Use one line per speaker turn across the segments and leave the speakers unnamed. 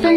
纷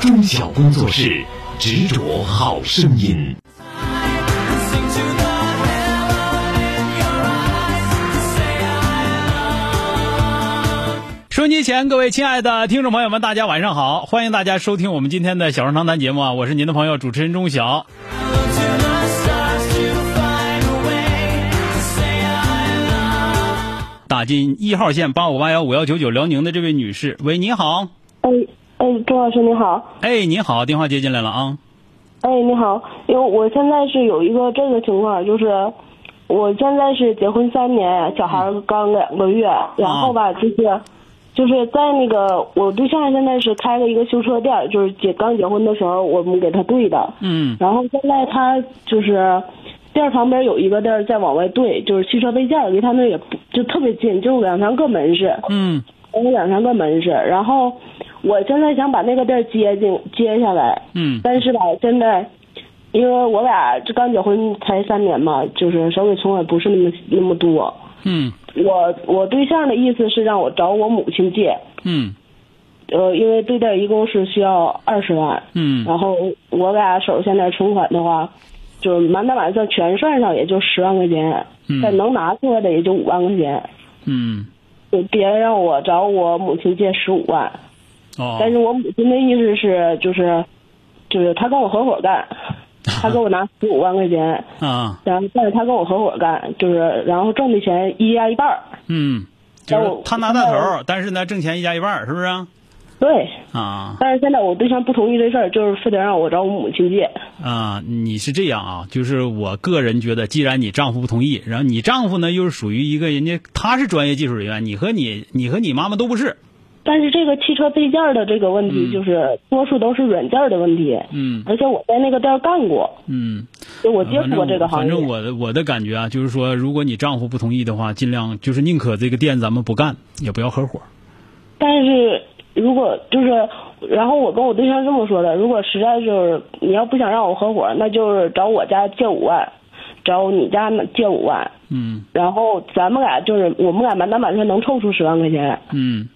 中小工作室执着好声音。
收音机前，各位亲爱的听众朋友们，大家晚上好！欢迎大家收听我们今天的《小声长谈》节目啊，我是您的朋友主持人钟晓。打进一号线八五八幺五幺九九辽宁的这位女士，喂，你好，
哎哎，钟老师你好，
哎，你好，电话接进来了啊，
哎你好，因为我现在是有一个这个情况，就是我现在是结婚三年，小孩儿刚两个月，然后吧就是就是在那个我对象现在是开了一个修车店，就是结刚结婚的时候我们给他对的，
嗯
然后现在他就是店旁边有一个地儿在往外对，就是汽车配件儿离他那儿也不就特别近，就两三个门市，
嗯
有两三个门市，然后我现在想把那个地儿接进接下来，
嗯
但是吧，现在因为我俩这刚结婚才三年嘛，就是手里存款不是那么那么多。
嗯
我我对象的意思是让我找我母亲借，
嗯
呃，因为对店一共是需要二十万，
嗯
然后我俩手现在存款的话，就是满打满算全算上也就十万块钱，
嗯
但能拿出来的也就五万块钱。
嗯，
就别让我找我母亲借十五万，
哦，
但是我母亲的意思是，就是，就是她跟我合伙 干，她给我拿十五万块钱，
啊，
然后但是她跟我合伙干，就是然后挣的钱一家一半儿。
嗯，就
但
是
我
他拿大头儿，但是呢，挣钱一家一半儿，是不是啊？
对，
啊
但是现在我对象不同意这事儿，就是非得让我找我母亲借。
啊，你是这样啊？就是我个人觉得，既然你丈夫不同意，然后你丈夫呢又是属于一个人家他是专业技术人员，你和你你和你妈妈都不是，
但是这个汽车配件儿的这个问题，就是多数都是软件儿的问题，
嗯
而且我在那个店儿干过，
嗯，
就我接
反
触
正
过这个行
反正
业。
我的我的感觉啊，就是说，如果你丈夫不同意的话，尽量就是宁可这个店咱们不干，也不要合伙。
但是如果就是，然后我跟我对象这么说的，如果实在就是你要不想让我合伙，那就是找我家借五万，找你家借五万，
嗯
然后咱们俩就是我们俩满打满算能凑出十万块钱，
嗯，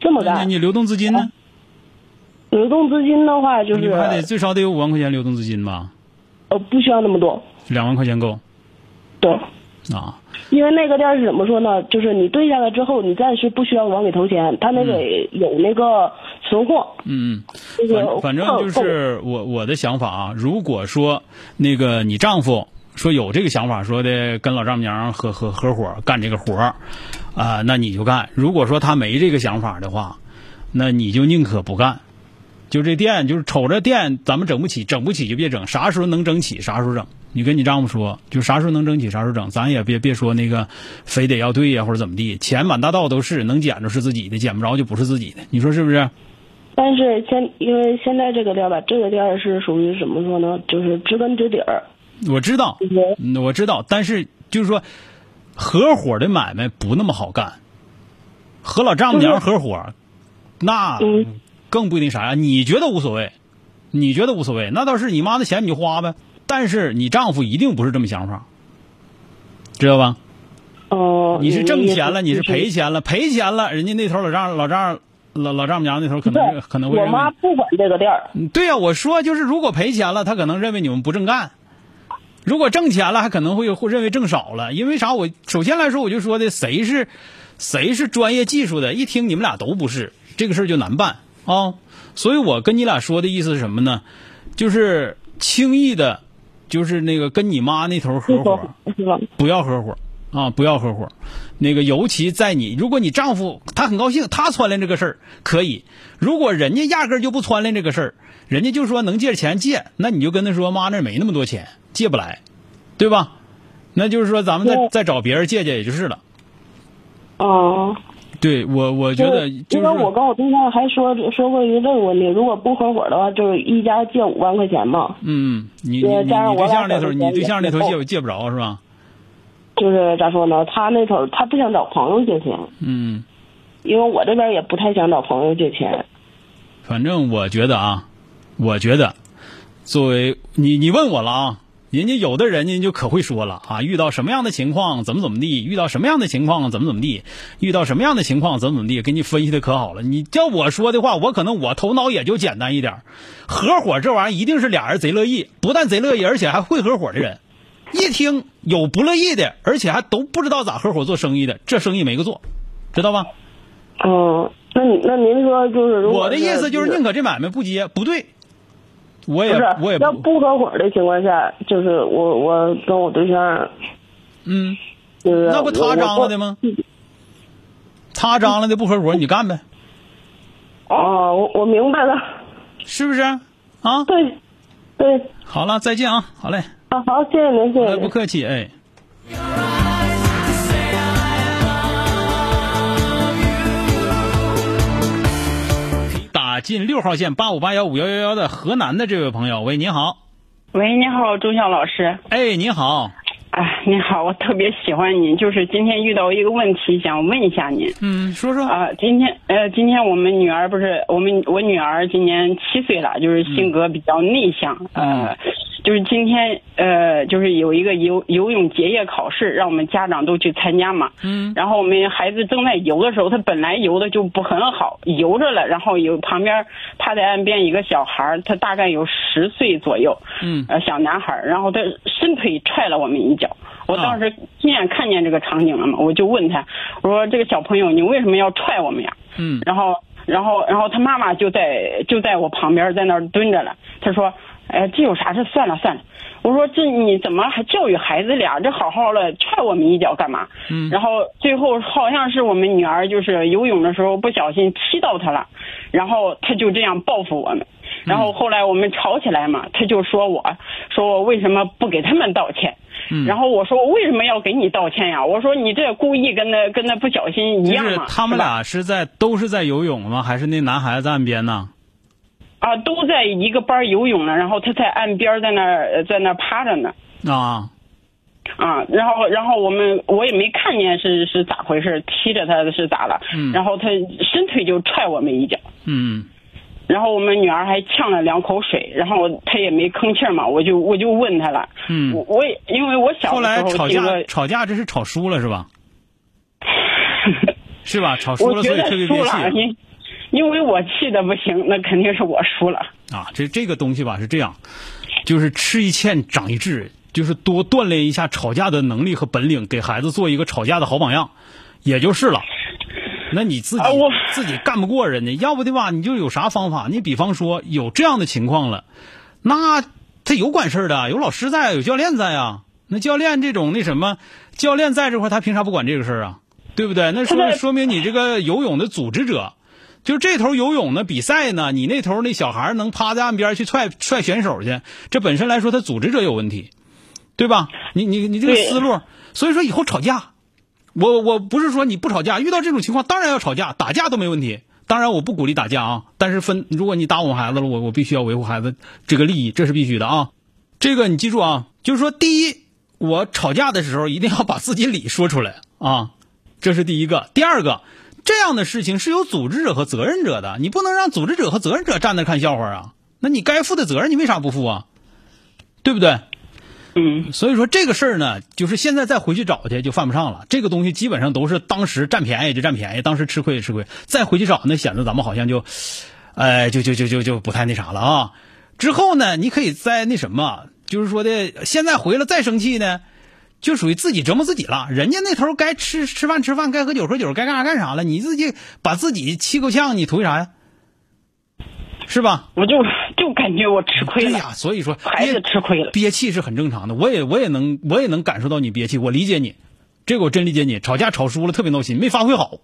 这么
那
干。
你流动资金呢？
流动资金的话，就
你
是
不还得最少得有五万块钱流动资金吧？
呃不需要那么多，
两万块钱够
对。
啊？
因为那个店儿是怎么说呢？就是你对下来之后，你暂时不需要往里投钱，他那个有那个存货，
嗯嗯。
那个
反反正就
够够
是我我的想法啊，如果说那个你丈夫说有这个想法，说的跟老丈母娘合合合伙干这个活儿，啊、那你就干；如果说他没这个想法的话，那你就宁可不干。就这店，就是瞅着店，咱们整不起，整不起就别整，啥时候能整起啥时候整。你跟你丈夫说，就啥时候能整起啥时候整，咱也别别说那个非得要对呀、或者怎么地，钱满大道都是，能捡着是自己的，捡不着就不是自己的，你说是不是？
但是现因为现在这个店儿吧，这个店儿是属于怎么说呢？就是知根知底儿，
我知道，
就是
嗯，我知道，但是就是说，合伙的买卖不那么好干，和老丈母娘合伙，那
嗯
更不一定啥呀。你觉得无所谓，你觉得无所谓，那倒是你妈的钱你就花呗。但是你丈夫一定不是这么想法，知道吧？
嗯，
你是挣钱了，你是赔
钱。
钱了，赔钱了，人家那头老丈老丈老老丈母娘那头可能
对，
可能会
我
认为
妈不管这个店儿，
嗯对呀、我说就是，如果赔钱了，他可能认为你们不正干；如果挣钱了，还可能会会认为挣少了。因为啥我？首先来说，我就说的谁是谁是专业技术的，一听你们俩都不是，这个事儿就难办啊、所以我跟你俩说的意思是什么呢？就是轻易的，就是那个跟你妈那头合伙，
是吧？
不要合伙啊，不要合伙。那个，尤其在你，如果你丈夫他很高兴，他穿连这个事儿可以；如果人家压根儿就不穿连这个事儿，人家就说能借钱借，那你就跟他说妈那儿没那么多钱，借不来，对吧？那就是说咱们再
对
再找别人借借也就是了。
哦、
对我我觉得就
因
是
为我跟我对象还说说过一个这个问题，如果不合伙的话，就是一家借五万块钱嘛，
嗯，你你
对
你你
加上我
对
俩
象那
手头
头，你
钱
对
也
象那头
不够
借借不着是吧？
就是咋说呢？他那头他不想找朋友借钱，
嗯，
因为我这边也不太想找朋友借钱。
反正我觉得啊，我觉得作为你你问我了啊，人家有的人家就可会说了啊，遇到什么样的情况怎么怎么地，遇到什么样的情况怎么怎么地，遇到什么样的情况怎么怎么地，给你分析的可好了。你叫我说的话，我可能我头脑也就简单一点儿。合伙这玩意儿一定是俩人贼乐意，不但贼乐意，而且还会合伙的人。一听有不乐意的，而且还都不知道咋合伙做生意的，这生意没个做，知道吧？
嗯，那你那您说就是如果
我的意思就是宁可这买卖不接，不对，我也
不是
我也
要不合伙的情况下，就是我我跟我对象
嗯，
就是
那不他张罗的吗？他张罗的不合伙，你干呗，
我哦，我我明白了，
是不是？啊，
对对
好了，再见啊，好嘞，
啊，好，谢谢您，谢谢
哎，
您
不。客气，哎。打进六号线八五八幺五幺幺幺的河南的这位朋友，喂，你好，
喂，你好，周晓老师。
哎，你好，
哎，你好，我特别喜欢您，就是今天遇到一个问题，想问一下您。
嗯，说说，
啊、今天呃，今天我们女儿不是我们我女儿今年七岁了，就是性格比较内向，呃，就是今天呃，就是有一个游游泳结业考试，让我们家长都去参加嘛。
嗯
然后我们孩子正在游的时候，他本来游的就不很好，游着了，然后有旁边趴在岸边一个小孩儿，他大概有十岁左右，
嗯
呃，小男孩儿，然后他伸腿踹了我们一脚。我
啊
当时亲眼看见这个场景了嘛，我就问他，我说这个小朋友你为什么要踹我们呀？
嗯
然后，然后，然后他妈妈就在就在我旁边，在那儿蹲着了。他说：“哎，这有啥事？算了算了。”我说：“这你怎么还教育孩子俩？这好好的踹我们一脚干嘛？”
嗯
然后最后好像是我们女儿就是游泳的时候不小心踢到他了，然后他就这样报复我们。
嗯
然后后来我们吵起来嘛，他就说我说我为什么不给他们道歉？
嗯，
然后我说我为什么要给你道歉呀？我说你这故意跟他跟他不小心一
就
样
是
嘛。
他们
是吧
俩是在都是在游泳吗？还是那男孩子在岸边呢？
啊，都在一个班儿游泳呢，然后他在岸边儿在那儿呃在那儿趴着呢，
啊，
啊，然后然后我们我也没看见是是咋回事，踢着他是咋了，
嗯
然后他伸腿就踹我们一脚，
嗯
然后我们女儿还呛了两口水，然后他也没吭气儿嘛，我就我就问他了，我
嗯。
我也因为我小
后
的时
来
候
吵
这个
架，吵架这是吵输了是 吧？是吧？吵输
我
了，
觉
所以
得
特别
输
憋
了，
气啊
因因为我气的不行，那肯定是我输了。
啊！这这个东西吧是这样，就是吃一堑长一智，就是多锻炼一下吵架的能力和本领，给孩子做一个吵架的好榜样，也就是了。那你自己、
啊我
自己干不过人家，要不的吧，你就有啥方法？你比方说有这样的情况了，那他有管事儿的，有老师在，有教练在啊。那教练这种那什么，教练在这块儿，他凭啥不管这个事儿啊？对不对？那说
他
明
在
说明你这个游泳的组织者，就这头游泳呢比赛呢，你那头那小孩儿能趴在岸边去踹踹选手去，这本身来说他组织者有问题，对吧？你你你这个
对
思路，所以说以后吵架，我我不是说你不吵架，遇到这种情况当然要吵架，打架都没问题。当然我不鼓励打架啊，但是分如果你打我们孩子了，我我必须要维护孩子这个利益，这是必须的啊。这个你记住啊，就是说第一，我吵架的时候一定要把自己理说出来啊，这是第一个。第二个，这样的事情是有组织者和责任者的，你不能让组织者和责任者站那看笑话啊。那你该负的责任你为啥不负啊？对不对？
嗯，
所以说这个事儿呢，就是现在再回去找去就犯不上了。这个东西基本上都是当时占便宜就占便宜，当时吃亏就吃亏，再回去找那显得咱们好像就，呃，就就就就就不太那啥了啊。之后呢，你可以再那什么，就是说的现在回来再生气呢，就属于自己折磨自己了。人家那头该吃吃饭吃饭，该喝酒喝酒，该干啥干啥了，你自己把自己气够呛，你图啥呀？是吧？
我就就感觉我吃亏
对
了，
哎呀，所以说
孩
因为
子吃亏了。
憋气是很正常的，我也我也能我也能感受到你憋气，我理解你，这个我真理解你。吵架吵输了特别闹心，没发挥好，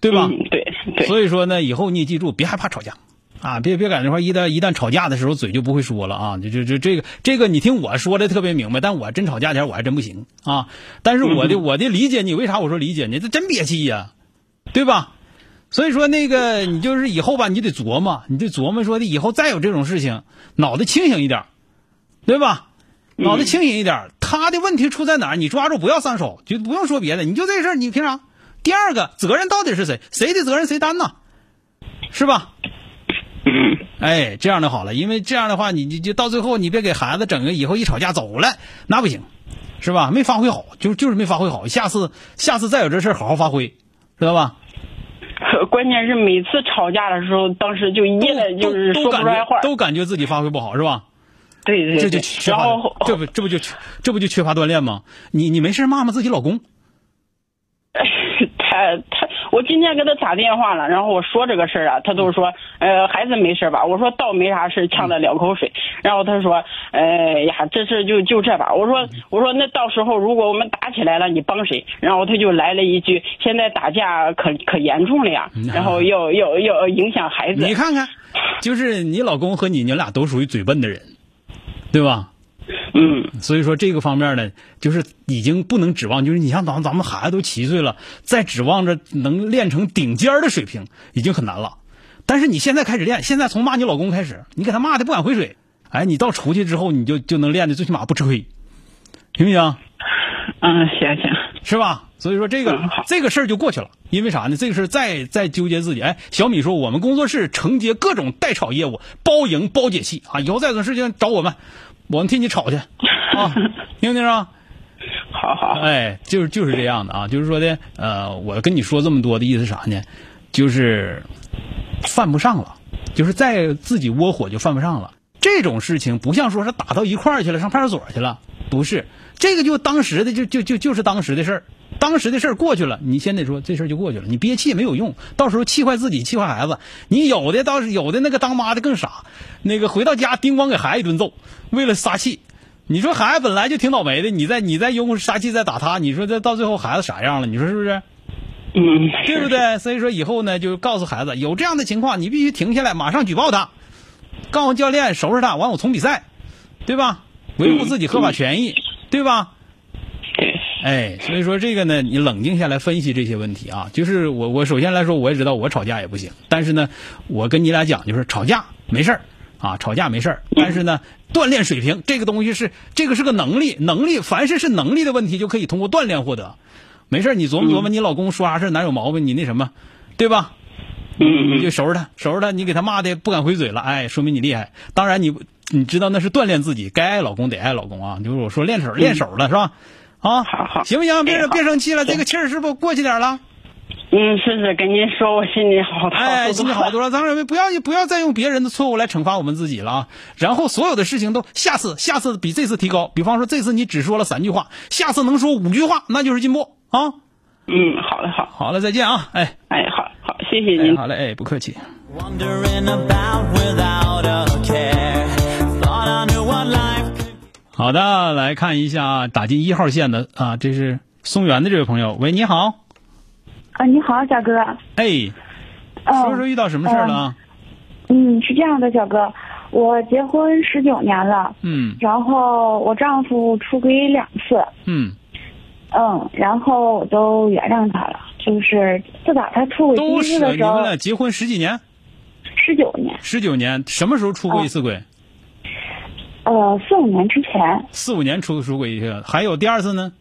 对吧？
嗯，对对。
所以说呢，以后你也记住，别害怕吵架啊，别别感觉话一旦一旦吵架的时候嘴就不会说了啊，就就就这个这个你听我说的特别明白，但我真吵架前儿我还真不行啊。但是我的、我的理解你，为啥我说理解你？这真憋气呀、对吧？所以说那个你就是以后吧，你得琢磨，你得琢磨说的以后再有这种事情，脑袋清醒一点儿，对吧？脑袋清醒一点儿，他的问题出在哪儿？你抓住不要撒手，就不用说别的，你就这事儿，你凭啥？第二个，责任到底是谁？谁的责任谁担呢？是吧？哎，这样的好了，因为这样的话，你你就到最后，你别给孩子整个以后一吵架走了，那不行，是吧？没发挥好，就就是没发挥好，下次下次再有这事儿好好发挥，知道吧？
关键是每次吵架的时候，当时就噎的，
都
就是
都都
说不
感
出来话
觉。都感觉自己发挥不好，是吧？
对对
这
对，
就缺
然
乏
后后，
这不这不就缺这不就缺乏锻炼吗？你你没事骂骂自己老公，
他他，我今天给他打电话了，然后我说这个事儿啊，他
嗯
都说，呃，孩子没事吧？我说倒没啥事，呛他两口水。然后他说，呃呀，这事就就这吧。我
嗯
说我说那到时候如果我们打起来了，你帮谁？然后他就来了一句，现在打架可可严重了呀，然后 要要要影响孩子。
嗯你看看，就是你老公和你，你俩都属于嘴笨的人，对吧？
嗯，
所以说这个方面呢，就是已经不能指望，就是你像咱咱们孩子都七岁了，再指望着能练成顶尖儿的水平，已经很难了。但是你现在开始练，现在从骂你老公开始，你给他骂的不敢回水，哎，你到出去之后，你就就能练的最起码不吃亏，行不行？
嗯，行行，
是吧？所以说这个、
嗯好
这个事儿就过去了，因为啥呢？这个事儿再再纠结自己，哎，小米说我们工作室承接各种代炒业务，包赢包解气啊！以后再有这种事情找我们，我们替你吵去 啊，听不听啊？
好好，
哎，就是就是这样的啊，就是说的，呃，我跟你说这么多的意思是啥呢？就是犯不上了，就是再自己窝火就犯不上了。这种事情不像说是打到一块儿去了，上派出所去了，不是这个就当时的就就就就是当时的事儿，当时的事儿过去了，你先得说这事儿就过去了，你憋气也没有用，到时候气坏自己，气坏孩子。你有的倒是有的那个当妈的更傻，那个回到家叮咣给孩子一顿揍，为了撒气。你说孩子本来就挺倒霉的，你再你再用杀气再打他，你说这到最后孩子啥样了？你说是不是？
嗯，
对不对？所以说以后呢，就告诉孩子有这样的情况，你必须停下来，马上举报他，告诉教练收拾他，完我重比赛，对吧？维护自己合法权益，对吧？
对，
哎，所以说这个呢，你冷静下来分析这些问题啊。就是我，我首先来说，我也知道我吵架也不行，但是呢，我跟你俩讲，就是吵架没事儿啊，吵架没事儿，但是呢，锻炼水平这个东西是这个是个能力，能力凡是是能力的问题，就可以通过锻炼获得。没事儿，你琢磨琢磨，你老公说啥事儿哪有毛病，你那什么，对吧？
嗯
你就收拾他，收拾他，你给他骂的不敢回嘴了，哎，说明你厉害。当然你，你知道那是锻炼自己，该爱老公得爱老公啊。就是我说练手练手了是吧？啊，
嗯好好
行不行？别
哎
生
好
别生气了，这个气儿是不是过去点儿了？
嗯，是是，跟您说，我心里好好多
哎，心情好多了。咱们不要不要再用别人的错误来惩罚我们自己了啊！然后所有的事情都下次下次比这次提高。比方说这次你只说了三句话，下次能说五句话，那就是进步啊！
嗯，好的，好，
好了，再见啊！哎，
哎，好好，谢谢
哎
您。
好嘞，哎，不客气。
Wandering about without a care. Thought I knew what life could
好的，来看一下打进一号线的啊，这是松原的这位朋友。喂，你好，
啊，你好，小哥。
哎，
嗯、
说说遇到什么事儿了
哦
啊？
嗯，是这样的，小哥，我结婚十九年了，
嗯
然后我丈夫出轨两次，
嗯，
嗯，然后我都原谅他了。就是自打他出轨第
都
一
是
次
你
的
们
时候，
俩结婚十几年、
十九年，
十九年，什么时候出
哦
过一次轨？
呃，四五年之前，
四五年出出轨一次，还有第二次呢？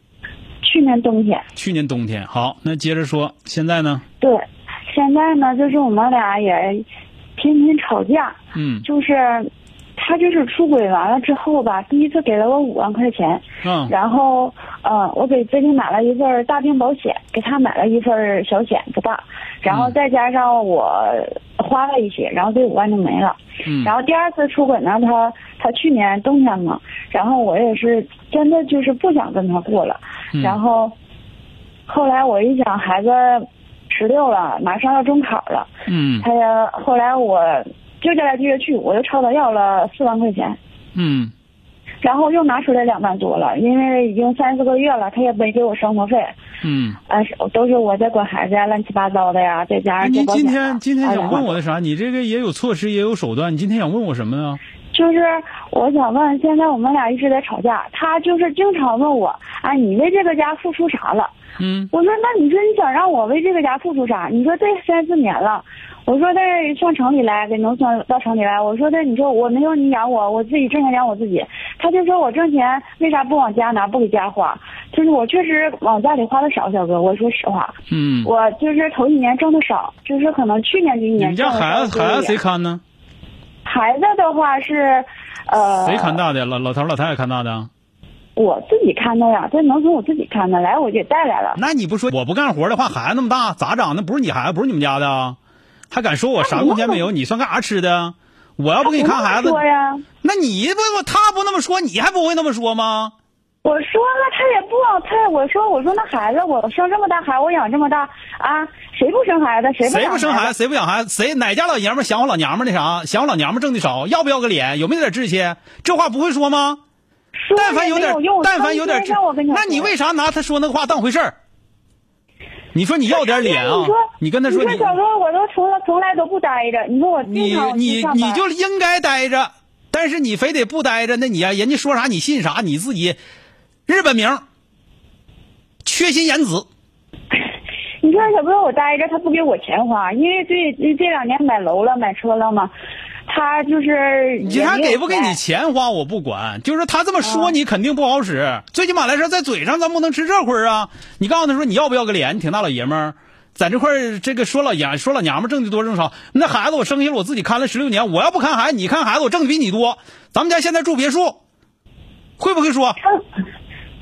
去年冬天，
去年冬天。好，那接着说，现在呢？
对，现在呢，就是我们俩也天天吵架，
嗯
就是他就是出轨完了之后吧，第一次给了我五万块钱，
嗯
然后，呃，我给最近买了一份儿大病保险，给他买了一份儿小险，不大。然后
嗯
再加上我花了一些，然后这五万就没了。
嗯
然后第二次出轨呢，他他去年冬天嘛，然后我也是真的就是不想跟他过了。
嗯
然后，后来我一想，孩子十六了，马上要中考了，
嗯
他也后来我就这来这月去，我又朝他要了四万块钱。
嗯
然后又拿出来两万多了，因为已经三四个月了，他也没给我生活费，
嗯。
啊、是都是我在管孩子呀，乱七八糟的呀，再加
那
上
哎
交
您
保
今
险啊
天今天想问我
哎呀
的啥？你这个也有措施，也有手段。你今天想问我什么呢？
就是我想问，现在我们俩一直在吵架，他就是经常问我，啊，你为这个家付出啥了？
嗯
我说那你说你想让我为这个家付出啥？你说这三四年了，我说这上城里来，给农村到城里来，我说这你说我没有你养我，我自己挣钱养我自己。他就说我挣钱为啥不往家拿，不给家花？就是我确实往家里花的少，小哥，我说实话，
嗯，
我就是头几年挣的少，就是可能去年这一
你
年。
们家孩子孩子谁？看呢？
孩子的话是，呃，
谁看？大的？老老头儿老太太看大的啊？
我自己看的呀，在农村我自己看的，来我给带来了。
那你不说我不干活的话，孩子那么大咋整？那不是你孩子，不是你们家的啊，还敢说我啥贡献没有？你算干啥吃的啊？我要不给你看孩子，
说呀。
那你不他不那么说，你还不会那么说吗？
我说了，他也不往他，我说我说那孩子，我生这么大孩子，我养这么大啊，谁不生孩子，谁不
谁
养
不生孩
孩
子，？谁不养孩子，谁哪家老爷们儿想我老娘们儿那啥，想我老娘们儿挣的少，要不要个脸？有没有点志气？这话不会说吗？
说
但凡
也
有
没
点
有用，，
但凡有点
上我跟你
那你为啥拿他说那话当回事儿？你说你要点脸啊
你说？
你跟他
说
说
小哥，我都从来从来都不待着，你说我经
你
常去
你
上班
你就应该待着，但是你非得不待着，那你呀、人家说啥你信啥，你自己日本名儿，缺心眼子。
你说小哥我待着，他不给我钱花，因为这这两年买楼了，买车了嘛，他就是
你
也
他
没有
给不给你
钱
钱
嗯
花我不管，就是他这么说你肯定不好使。最起码来说，在嘴上咱不能吃这亏儿啊！你告诉他说你要不要个脸，你挺大老爷们儿，在这块儿这个说老爷说老娘们儿挣的多挣少，那孩子我生下来我自己看了十六年，我要不看孩子，你看孩子我挣的比你多。咱们家现在住别墅，会不会说？
他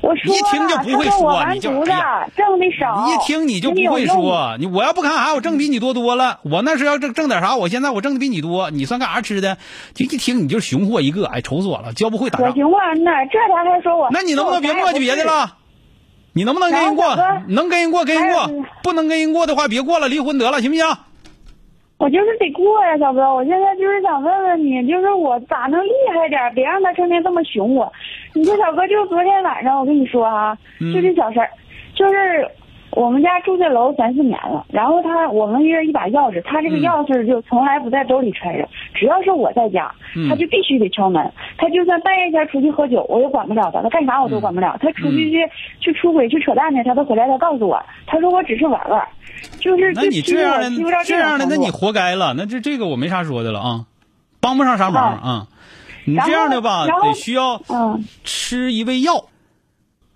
我说
一听就
了
不会
他说
说
我
你
完
就
犊
哎呀
子，挣的少，
你一听你就不会
没有用
说，你我要不看孩子，我挣比你多多了。我那时候要挣挣点啥，我现在我挣的比你多，你算干啥吃的？就一听你就是熊货一个，哎，愁死我了，教不会打
我
仗。
行吧，那这他还说我，
那你能不能别过去别的？了？你能不能跟人过
然后小哥？
能跟人过跟人
还有
过，不能跟人过的话别过了，离婚得了，行不行？
我就是得过呀，小哥，我现在就是想问问你，就是我咋能厉害点儿，别让他成天这么熊我。你这小哥，就是昨天晚上我跟你说啊，
嗯
就这小事儿，就是。我们家住这楼三四年了，然后他我们一人一把钥匙，他这个
嗯
钥匙就从来不在兜里揣着，只要是我在家，
嗯
他就必须得敲门。他就算半夜前出去喝酒，我也管不了他，他干啥我都管不
嗯
了。他出去去、去出轨去扯淡去，他都回来他告诉我，他说我只是玩玩，就是
那
就
你
欺
这
负
样
我欺负到
的这
种
样的，那
程度
你活该了。那这这个我没啥说的了啊，帮不上啥忙啊。你这样的吧，
然后然后
得需要
嗯，
吃一味药，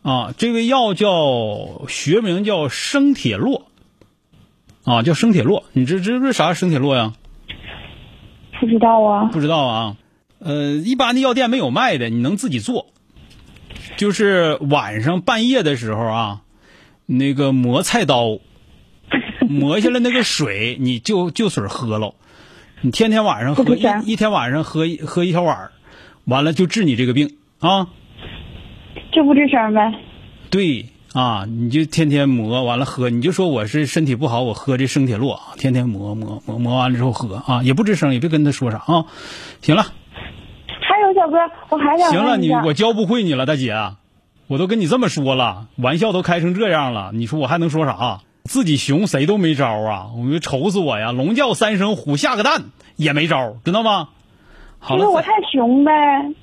啊，这味药叫学名叫生铁络，啊，叫生铁络。你知知不知啥是生铁络呀？
不知道 啊。
不知道啊，呃，一般的药店没有卖的，你能自己做。就是晚上半夜的时候啊，那个磨菜刀，磨下来那个水，你就就水喝了。你天天晚上喝
是啊
一一天晚上喝一喝一小碗儿，完了就治你这个病啊。
就不吱声呗。
对啊，你就天天磨，完了喝，你就说我是身体不好，我喝这生铁络啊，天天磨磨磨磨完了之后喝啊，也不吱声，也别跟他说啥啊。行了。
还有小哥，我还想
行了，
问一
你
下，
我教不会你了，大姐，啊我都跟你这么说了，玩笑都开成这样了，你说我还能说啥？自己熊谁都没招啊，我就愁死我呀！龙叫三声，虎下个蛋也没招，知道吗？好
因
了
为，我
再
太熊呗，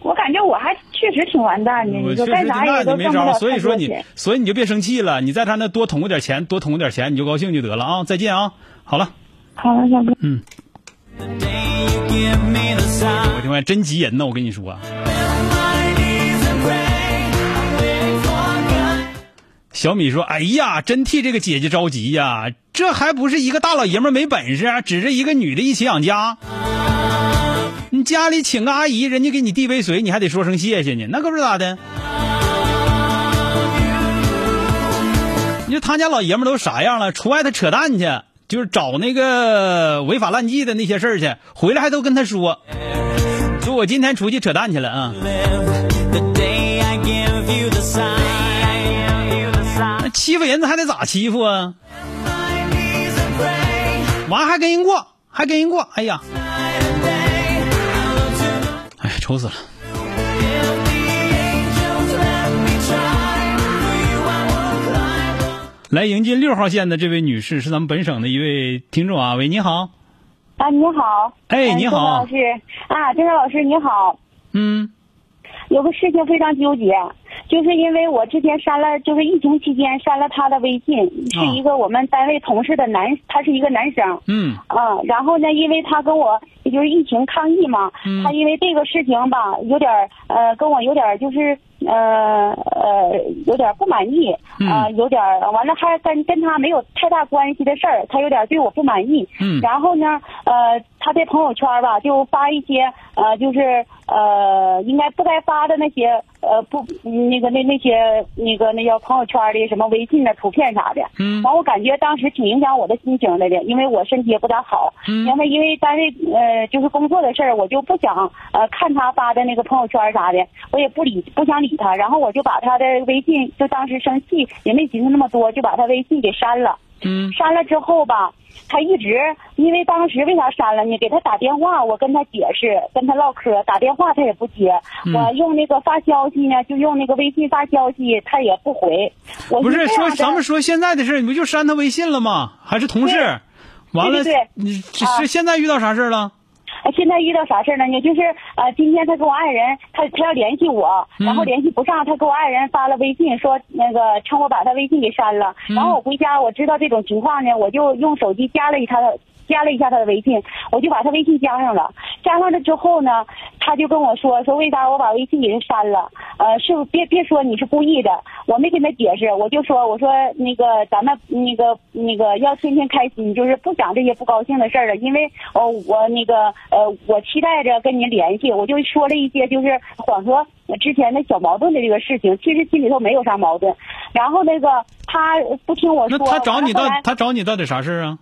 我感觉我还确实挺完蛋的。
嗯我
你
确
说
实
干啥
那
也
你
都
没
挣不
招，
了
所以
太
说
多
你
钱。，
所以你就别生气了，你在他那多捅咕点钱，多捅咕点钱，你就高兴就得了啊！再见啊！好了，
好了，小哥。
Day you give me the sign.
我的妈，真急人呐！我跟你说，啊小米说：“哎呀，真替这个姐姐着急呀！这还不是一个大老爷们儿没本事，啊指着一个女的一起养家。你家里请个阿姨，人家给你递杯水，你还得说声谢谢呢，那可不是咋的。你说他家老爷们儿都啥样了？出外头扯淡去，就是找那个违法乱纪的那些事儿去，回来还都跟他说，说我今天出去扯淡去了啊。”
The day I give you the sign.
那欺负人还得咋欺负啊？完还跟人过，还跟人过，哎呀！哎，愁死了。来迎接六号线的这位女士是咱们本省的一位听众啊，喂，你好，
啊，你好。
哎你好
郑老师啊，郑老师你好。
嗯
有个事情非常纠结，就是因为我之前删了，就是疫情期间删了他的微信，
啊
是一个我们单位同事的男，他是一个男生，
嗯
嗯，然后呢，因为他跟我也就是疫情抗疫嘛，
嗯
他因为这个事情吧，有点儿呃，跟我有点儿就是呃呃，有点儿不满意，
嗯
呃，有点儿完了还跟跟他没有太大关系的事儿，他有点儿对我不满意，
嗯
然后呢，呃，他在朋友圈儿吧就发一些呃，就是呃，应该不该发的那些呃不那个那那些那个那叫朋友圈儿的什么微信的图片啥的，
嗯
完，我感觉当时挺影响我的心情来的，因为我身体也不咋好。
嗯
原来因为单位呃就是工作的事儿，我就不想呃看他发的那个朋友圈啥的，我也不理不想理他，然后我就把他的微信，就当时生气也没寻思那么多，就把他微信给删了。
嗯
删了之后吧，他一直因为当时为啥删了呢？给他打电话，我跟他解释，跟他唠嗑，打电话他也不接，
嗯
我用那个发消息呢，就用那个微信发消息，他也不回。我
不是
哦这样
说
的
咱们说现在的事儿，你不就删他微信了吗？还是同事？完了
对对，
你这
啊
是现在遇到啥事儿了？
呃现在遇到啥事儿了呢？就是呃，今天他跟我爱人，他他要联系我，
嗯
然后联系不上，他给我爱人发了微信说那个称我把他微信给删了。
嗯
然后我回家，我知道这种情况呢，我就用手机加了一他的。加了一下他的微信，我就把他微信加上了。加上了之后呢，他就跟我说说为啥我把微信给他删了？呃，是不是别别说你是故意的，我没跟他解释，我就说我说那个咱们那个那个要天天开心，就是不想这些不高兴的事儿了，因为哦我那个呃我期待着跟您联系，我就说了一些就是缓和之前的小矛盾的这个事情，其实心里头没有啥矛盾。然后那个他不听我
那
说，
他找你
完
到
了后来
他找你到底啥事儿啊？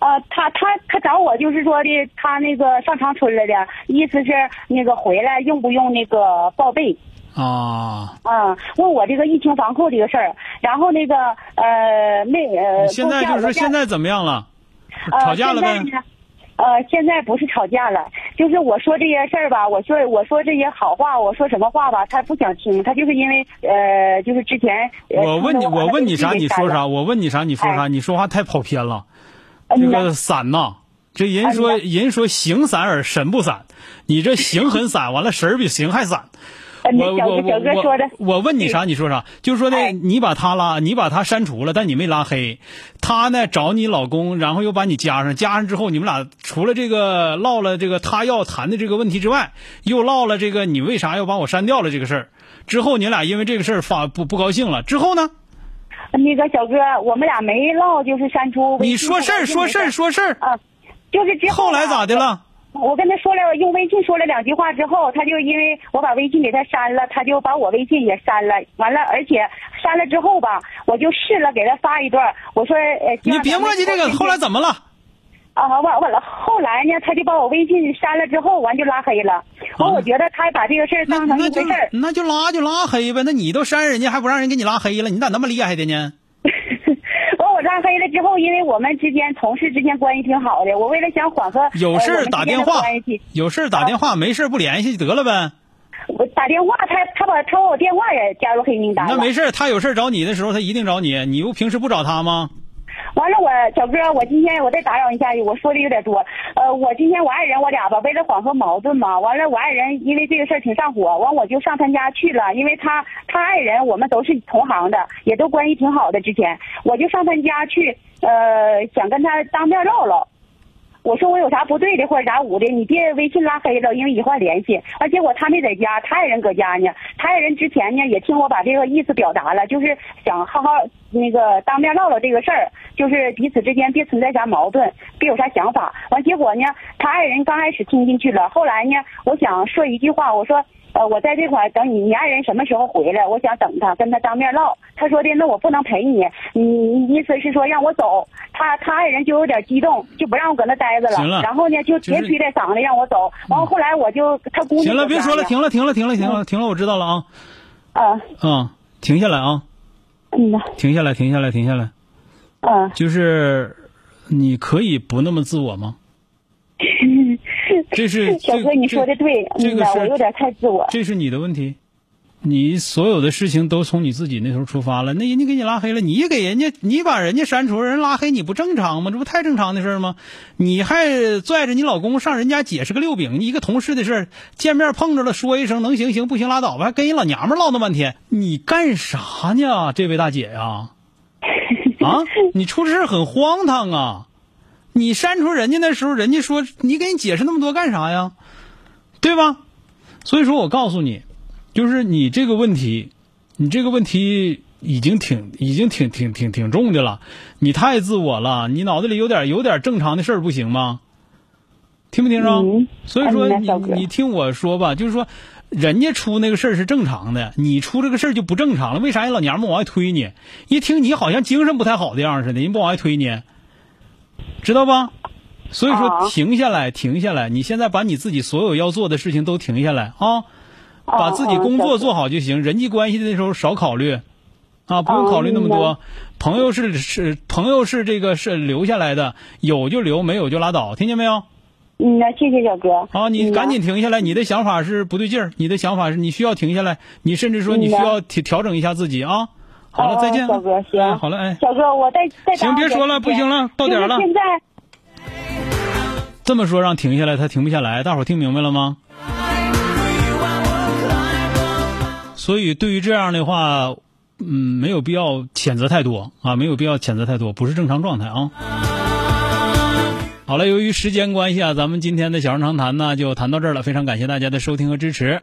呃，他他他找我就是说的，他那个上长春来的，意思是那个回来用不用那个报备。
啊，
啊，问我这个疫情防控这个事儿，然后那个呃，那呃，
你现在就是说现在怎么样了？
呃
吵架了呗
现？在呢呃，现在不是吵架了，就是我说这些事儿吧，我说我说这些好话，我说什么话吧，他不想听，他就是因为呃，就是之前、呃、
我问你，
冲着
我
把
问你啥
微
你
信给
说
删
啥，
了，
我问你啥你说啥，
哎
你说话太跑偏了。
嗯
这
呐
个散呐、这人说
哎
人说形散而神不散，你这形很散，完了神儿比形还散。
嗯
我
小
我
小哥
我
说的，嗯
我问你啥你说啥，就是说呢，
哎
你把他拉，你把他删除了，但你没拉黑，他呢找你老公，然后又把你加上，加上之后你们俩除了这个唠了这个他要谈的这个问题之外，又唠了这个你为啥要把我删掉了这个事儿，之后你俩因为这个事儿发不不高兴了，之后呢，
那个小哥，我们俩没唠，就是删除微信。
你说事儿说事儿说事儿，
啊，就是之
后来咋的
啊
了？
我跟他说了，用微信说了两句话之后，他就因为我把微信给他删了，他就把我微信也删了。完了，而且删了之后吧，我就试了给他发一段，我说，呃，
你别墨迹这个，后来怎么了？
啊，完完了，后来呢，他就把我微信删了之后，完就拉黑了。完，我觉得他把这个事儿
那
当成
那
一
就
回事儿。
那就拉就拉黑呗，那你都删人家还不让人给你拉黑了，你咋啊那么厉害的呢？
完， 我拉黑了之后，因为我们之间同事之间关系挺好的，我为了想缓和
有事
呃我
儿
们
打
之间
电
的
话
关系，
有事儿打电话，没事儿不联系得了呗。
我打电话，他他把他把我电话也加入黑名单了。
那没事儿，他有事儿找你的时候，他一定找你。你不平时不找他吗？
完了我，小哥，我今天我再打扰一下，我说的有点多。呃，我今天我爱人我俩吧，为了缓和矛盾嘛，完了我爱人因为这个事儿挺上火，完我就上他家去了，因为他他爱人我们都是同行的，也都关系挺好的。之前我就上他家去，呃，想跟他当面唠唠。我说我有啥不对的或者啥捂的，你别微信拉黑了，因为以后还联系。而结果他没在家，他爱人搁家呢。他爱人之前呢也听我把这个意思表达了，就是想好好那个当面唠唠这个事儿，就是彼此之间别存在啥矛盾，别有啥想法。完结果呢，他爱人刚开始听进去了，后来呢，我想说一句话，我说。呃，我在这块儿等你，你爱人什么时候回来？我想等他，跟他当面唠。他说的，那我不能陪你，你你意思是说让我走？他他爱人就有点激动，就不让我搁那待着了。
行了
然后呢，就
就是
别推带搡的让我走。完了后来我就他姑娘
行了，别说了，
停。
停了，停了，停了，停
嗯
了，停了，我知道了啊，
啊，
嗯，停下来啊，
嗯呐，
停下来，停下来，停下来，
嗯，
就是你可以不那么自我 吗？这是
小哥
这
你说的对，
这
嗯
个
呐，
是
我有点太自我。
这是你的问题，你所有的事情都从你自己那头出发了，那人家给你拉黑了，你也给人家，你把人家删除，人拉黑你不正常吗？这不太正常的事儿吗？你还拽着你老公上人家解释个六饼，你一个同事的事儿，见面碰着了说一声能行行，不行拉倒吧，还跟人老娘们儿唠那半天，你干啥呢？这位大姐呀、啊，你出这事儿很荒唐啊！你删除人家那时候，人家说你给你解释那么多干啥呀？对吧？所以说我告诉你，就是你这个问题，你这个问题已经挺、已经挺、挺、挺、挺重的了。你太自我了，你脑子里有点、有点正常的事儿不行吗？听没听着？
嗯
所以说
明白
你
小哥
你听我说吧，就是说，人家出那个事儿是正常的，你出这个事儿就不正常了。为啥人老娘们往外推你？一听你好像精神不太好的样儿似的，人不往外推你，知道吧？所以说
啊
停下来，停下来，你现在把你自己所有要做的事情都停下来
哦
啊，把自己工作做好就行，人际关系的时候少考虑。啊，不
哦
用考虑那么多，朋友是是朋友是这个是留下来的，有就留，没有就拉倒，听见没有？
嗯，那谢谢小哥。
啊，你
嗯
赶紧停下来！你的想法是不对劲儿，你的想法是你需要停下来，你甚至说你需
明白
要调调整一下自己啊。好了，
哦
再见了
小哥，行
哎好了，哎，
小哥，我再再打
行，别说了，不行了，到点儿了
就是。现在
这么说让停下来，他停不下来，大伙儿听明白了吗？所以对于这样的话，嗯，没有必要谴责太多啊，没有必要谴责太多，不是正常状态啊。好了，由于时间关系啊，咱们今天的小人长谈呢就谈到这儿了，非常感谢大家的收听和支持。